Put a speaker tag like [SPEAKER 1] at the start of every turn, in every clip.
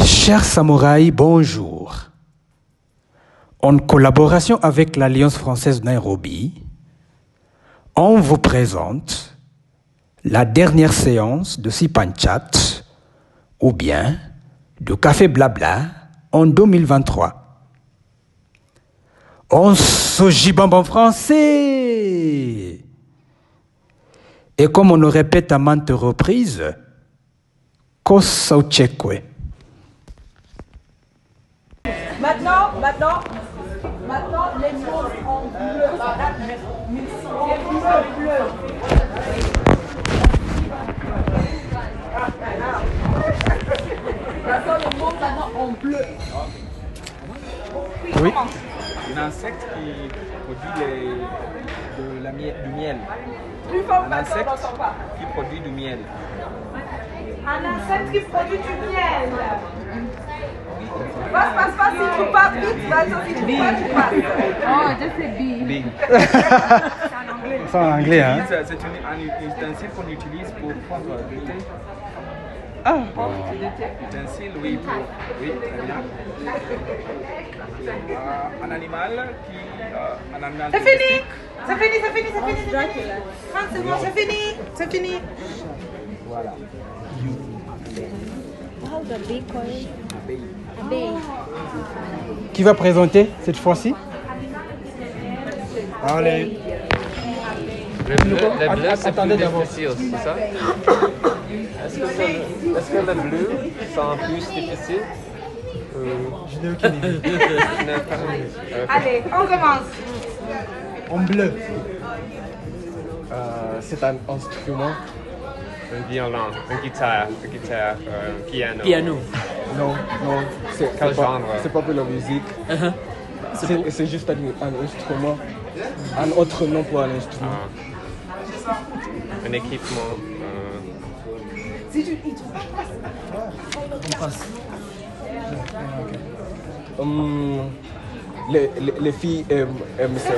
[SPEAKER 1] Chers samouraïs, bonjour. En collaboration avec l'Alliance française de Nairobi, on vous présente la dernière séance de Sipanchat ou bien de Café Blabla en 2023. On se gibambe en français. Et comme on le répète à maintes reprises, Kosa uchekwe.
[SPEAKER 2] Maintenant, maintenant, maintenant, les choses en bleu. En bleu, bleu. Maintenant, les mots maintenant en bleu.
[SPEAKER 1] Oui.
[SPEAKER 3] Un insecte qui produit les- de la mie- du miel.
[SPEAKER 2] Plus fort,
[SPEAKER 3] Un
[SPEAKER 2] maintenant, on
[SPEAKER 3] insecte
[SPEAKER 2] n'entend pas.
[SPEAKER 3] qui produit du miel.
[SPEAKER 2] Un insecte qui produit du miel. Passe, passe, passe, si tu passes vite, vas-y, si tu passes, tu passes.
[SPEAKER 4] Oh, just a bee.
[SPEAKER 3] Bing.
[SPEAKER 1] Ça en anglais, hein?
[SPEAKER 3] C'est c'est une- un ustensile qu'on utilise pour prendre du thé.
[SPEAKER 5] Ah!
[SPEAKER 3] Ustensile, oui, pour- oui, très bien. Euh, un animal qui. euh, un animal
[SPEAKER 2] C'est fini
[SPEAKER 3] domestique.
[SPEAKER 2] C'est fini, c'est fini, c'est fini, c'est fini. 30 secondes, c'est fini, c'est fini.
[SPEAKER 3] Voilà.
[SPEAKER 1] Qui va présenter cette fois-ci? Allez.
[SPEAKER 6] Le bleu, le bleu c'est plus difficile, c'est ça Est-ce que, c'est le- est-ce que le bleu, c'est plus difficile
[SPEAKER 2] Allez, on commence.
[SPEAKER 5] c'est un instrument
[SPEAKER 6] Un violon, une guitare, une guitare, euh, un piano.
[SPEAKER 5] Non, non, c'est
[SPEAKER 6] Quel
[SPEAKER 5] c'est pas,
[SPEAKER 6] genre euh,
[SPEAKER 5] c'est pas pour la musique. C'est c'est juste un, un instrument, un autre nom pour un instrument.
[SPEAKER 6] Un équipement. euh,
[SPEAKER 5] Hum, les, les- les filles aiment, aiment ça.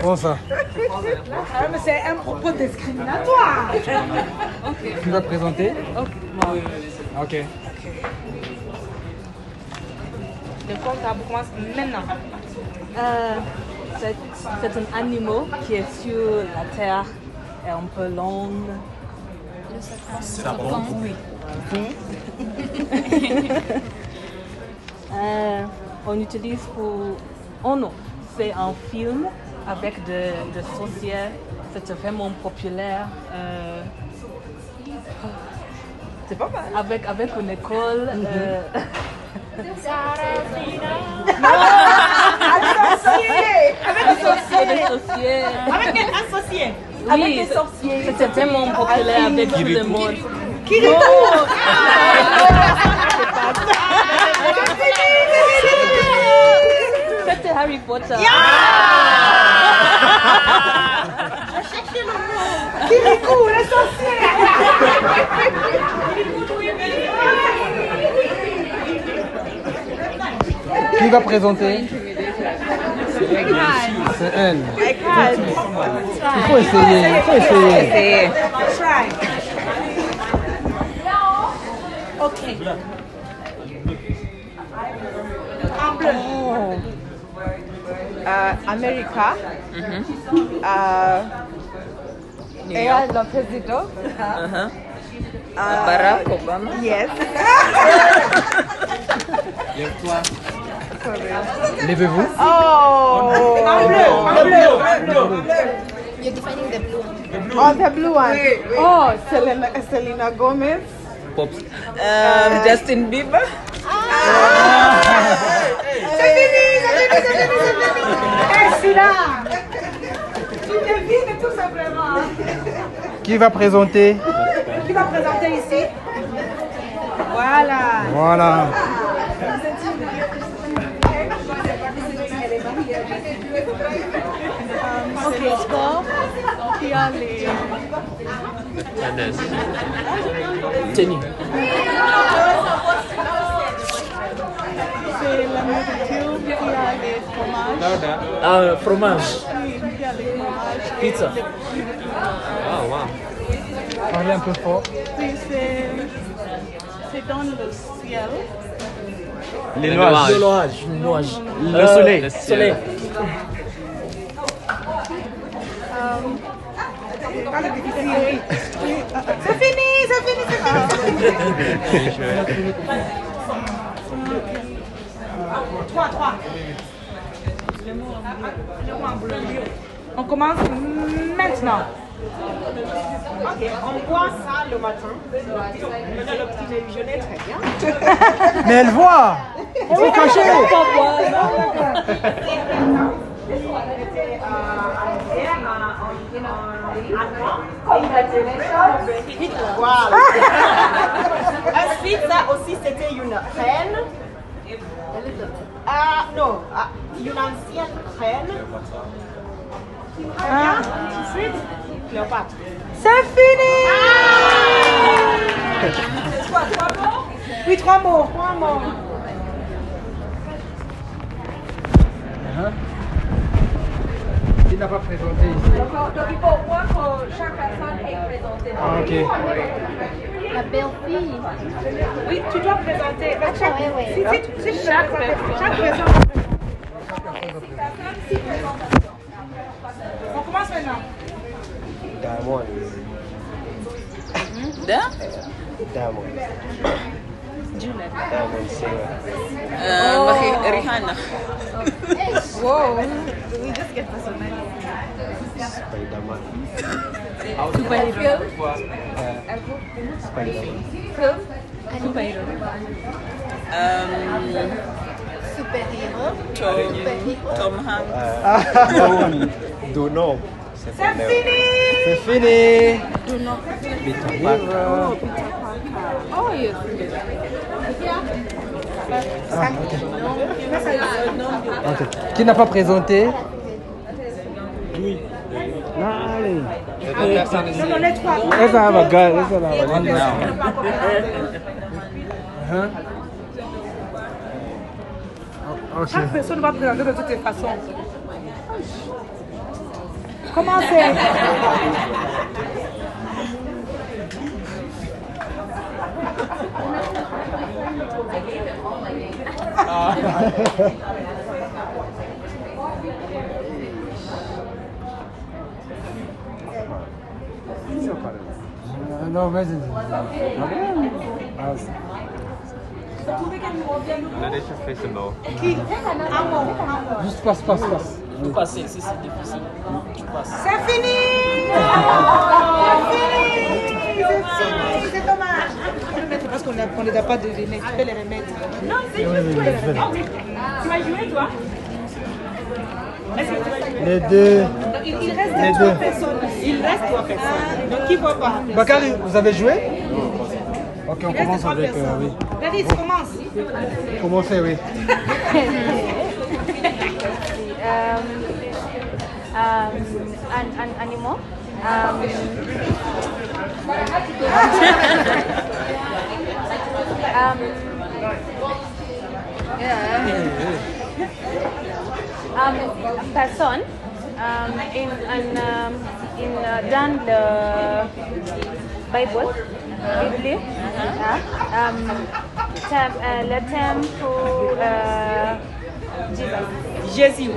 [SPEAKER 1] Comment ça?
[SPEAKER 2] Ah, mais c'est un propos discriminatoire.
[SPEAKER 1] Qui va présenter? Ok.
[SPEAKER 2] Le comptable commence maintenant.
[SPEAKER 7] Euh, c'est c'est un animal qui est sur la terre et un peu long. Euh, on utilise pour. Oh non, c'est un film avec des de sorcières. C'était vraiment populaire. euh,
[SPEAKER 2] C'est pas mal. Mhm.
[SPEAKER 7] avec, avec une école. euh,
[SPEAKER 2] Associé Avec un
[SPEAKER 7] avec
[SPEAKER 2] sorcier
[SPEAKER 7] des sorcières.
[SPEAKER 2] Avec un associé
[SPEAKER 7] Oui,
[SPEAKER 2] Avec des sorciers
[SPEAKER 7] C'était tellement populaire avec tout le monde.
[SPEAKER 2] Kirito
[SPEAKER 7] C'était Harry Potter.
[SPEAKER 2] Kirikou, le sorcier
[SPEAKER 1] Qui va présenter? C'est elle. Il faut essayer, il faut essayer.
[SPEAKER 2] Try Ok. En bleu. Euh, America. Euh, Eyal Lopez Dito. Uh-huh. Barack Obama. Uh, Yes.
[SPEAKER 1] Levez-vous.
[SPEAKER 2] Oh. En bleu. En bleu. You're defining the blue. The blue. Oh, the blue one. Oh, Selena, Selena Gomez. Um, Justin Bieber. C'est fini, c'est fini, c'est fini, c'est fini. là. Tu devines tout simplement. hein.
[SPEAKER 1] Qui va présenter?
[SPEAKER 2] Qui va présenter ici Voilà.
[SPEAKER 1] Voilà.
[SPEAKER 6] tennis.
[SPEAKER 3] Là, là.
[SPEAKER 8] Ah, fromage.
[SPEAKER 2] Oui, il y a des fromages.
[SPEAKER 6] Pizza.
[SPEAKER 9] Ah, wow.
[SPEAKER 3] Parlez un peu fort.
[SPEAKER 7] Oui, c'est c'est dans le ciel.
[SPEAKER 9] Les
[SPEAKER 6] Le nuage. Le nuage. Le
[SPEAKER 9] Le
[SPEAKER 6] soleil.
[SPEAKER 9] ciel.
[SPEAKER 6] soleil.
[SPEAKER 7] C'est fini, c'est fini, c'est fini. On commence maintenant.
[SPEAKER 10] Ok, on boit ça le matin. Maintenant le petit déjeuner, très bien.
[SPEAKER 3] Mais elle voit Il faut cacher
[SPEAKER 10] On était euh, en guerre, en- en- en Allemand. Congratulations. Hitler. Voilà. Ensuite, ça aussi, c'était une reine. Ah non, ah, une ancienne reine. Ah. Ensuite, Cléopâtre.
[SPEAKER 7] C'est fini. Oui, trois mots.
[SPEAKER 10] Ah. Trois mots.
[SPEAKER 3] Il n'a pas présenté ici.
[SPEAKER 11] Donc il faut au moins que chaque personne est présentée.
[SPEAKER 3] Ah, ok.
[SPEAKER 2] La belle-fille.
[SPEAKER 7] Oui, tu dois présenter. Chaque, si- si- si- chaque personne. Chaque personne. On commence maintenant.
[SPEAKER 5] Diamond.
[SPEAKER 6] Da?
[SPEAKER 5] Diamond. Diamond é. singer.
[SPEAKER 2] Uh, Oh.
[SPEAKER 6] Rihanna.
[SPEAKER 5] Spider-Man. Spider-Man.
[SPEAKER 2] Super-héros.
[SPEAKER 6] Tom Hanks.
[SPEAKER 5] Euh, Dono. C'est fini C'est fini Mais ton livre,
[SPEAKER 3] Qui n'a pas présenté Let's have a guy. Let's have a guy.
[SPEAKER 7] Chaque personne va présenter de toutes les façons. Commencez.
[SPEAKER 3] Non, mais c'est...
[SPEAKER 9] On a déjà fait ce mot.
[SPEAKER 3] Juste passe, passe, passe.
[SPEAKER 6] Tout passer, si c'est difficile. Tu passes.
[SPEAKER 7] C'est fini. C'est fini. C'est fini. C'est dommage. Je vais le mettre parce qu'on n'a- on ne les a pas devinés. Tu peux les remettre.
[SPEAKER 10] Non, c'est juste pour les Ah oui. Tu vas jouer, toi Est-ce que tu vas jouer
[SPEAKER 5] Les deux.
[SPEAKER 7] Donc, il, il reste
[SPEAKER 5] Les
[SPEAKER 7] trois
[SPEAKER 5] deux.
[SPEAKER 7] personnes.
[SPEAKER 10] Il reste trois personnes. Donc, qui va pas
[SPEAKER 3] Bakari, vous avez joué Ok, on commence
[SPEAKER 7] trois
[SPEAKER 3] avec. euh, oui.
[SPEAKER 7] Clarisse, commence.
[SPEAKER 3] Commencez, oui.
[SPEAKER 2] Um, um, un, un animal. Um, um, yeah. um, person um, in an, um, in uh, dans le Bible, Bible, um, tem, uh, le thème pour euh, Jésus.
[SPEAKER 10] Jésus.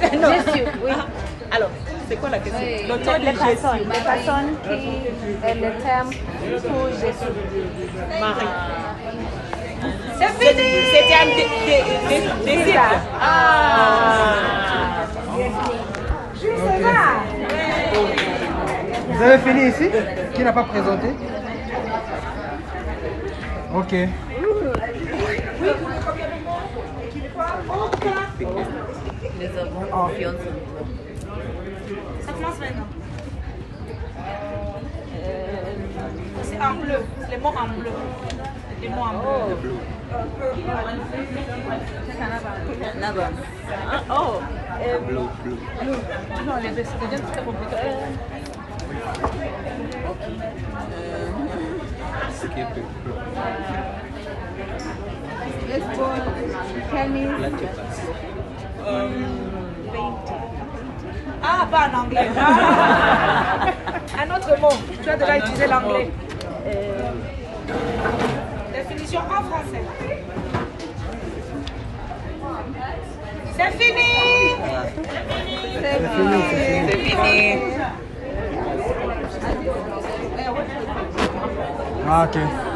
[SPEAKER 10] C'est- non.
[SPEAKER 2] Jésus, oui.
[SPEAKER 10] Alors, c'est quoi la question Le temps
[SPEAKER 2] Les,
[SPEAKER 10] de
[SPEAKER 2] les
[SPEAKER 10] Jésus.
[SPEAKER 2] personnes, les personnes qui est le terme pour Jésus.
[SPEAKER 10] Marie. C'est fini C'était un dé- dé- dé- dé- disciple. Ah
[SPEAKER 3] Vous avez fini ici Qui n'a pas présenté Ok.
[SPEAKER 11] Nous avons confiance en toi.
[SPEAKER 7] Ça commence maintenant. C'est en bleu. Les mots en bleu. Les mots en bleu.
[SPEAKER 6] Naba.
[SPEAKER 7] Tu dois enlever, ça devient très compliqué.
[SPEAKER 10] Ah,
[SPEAKER 7] Ah, pas en anglais. Un autre mot. Tu as déjà utilisé l'anglais. Euh, Définition en français. C'est fini. C'est fini. C'est fini.
[SPEAKER 3] Ah, ok.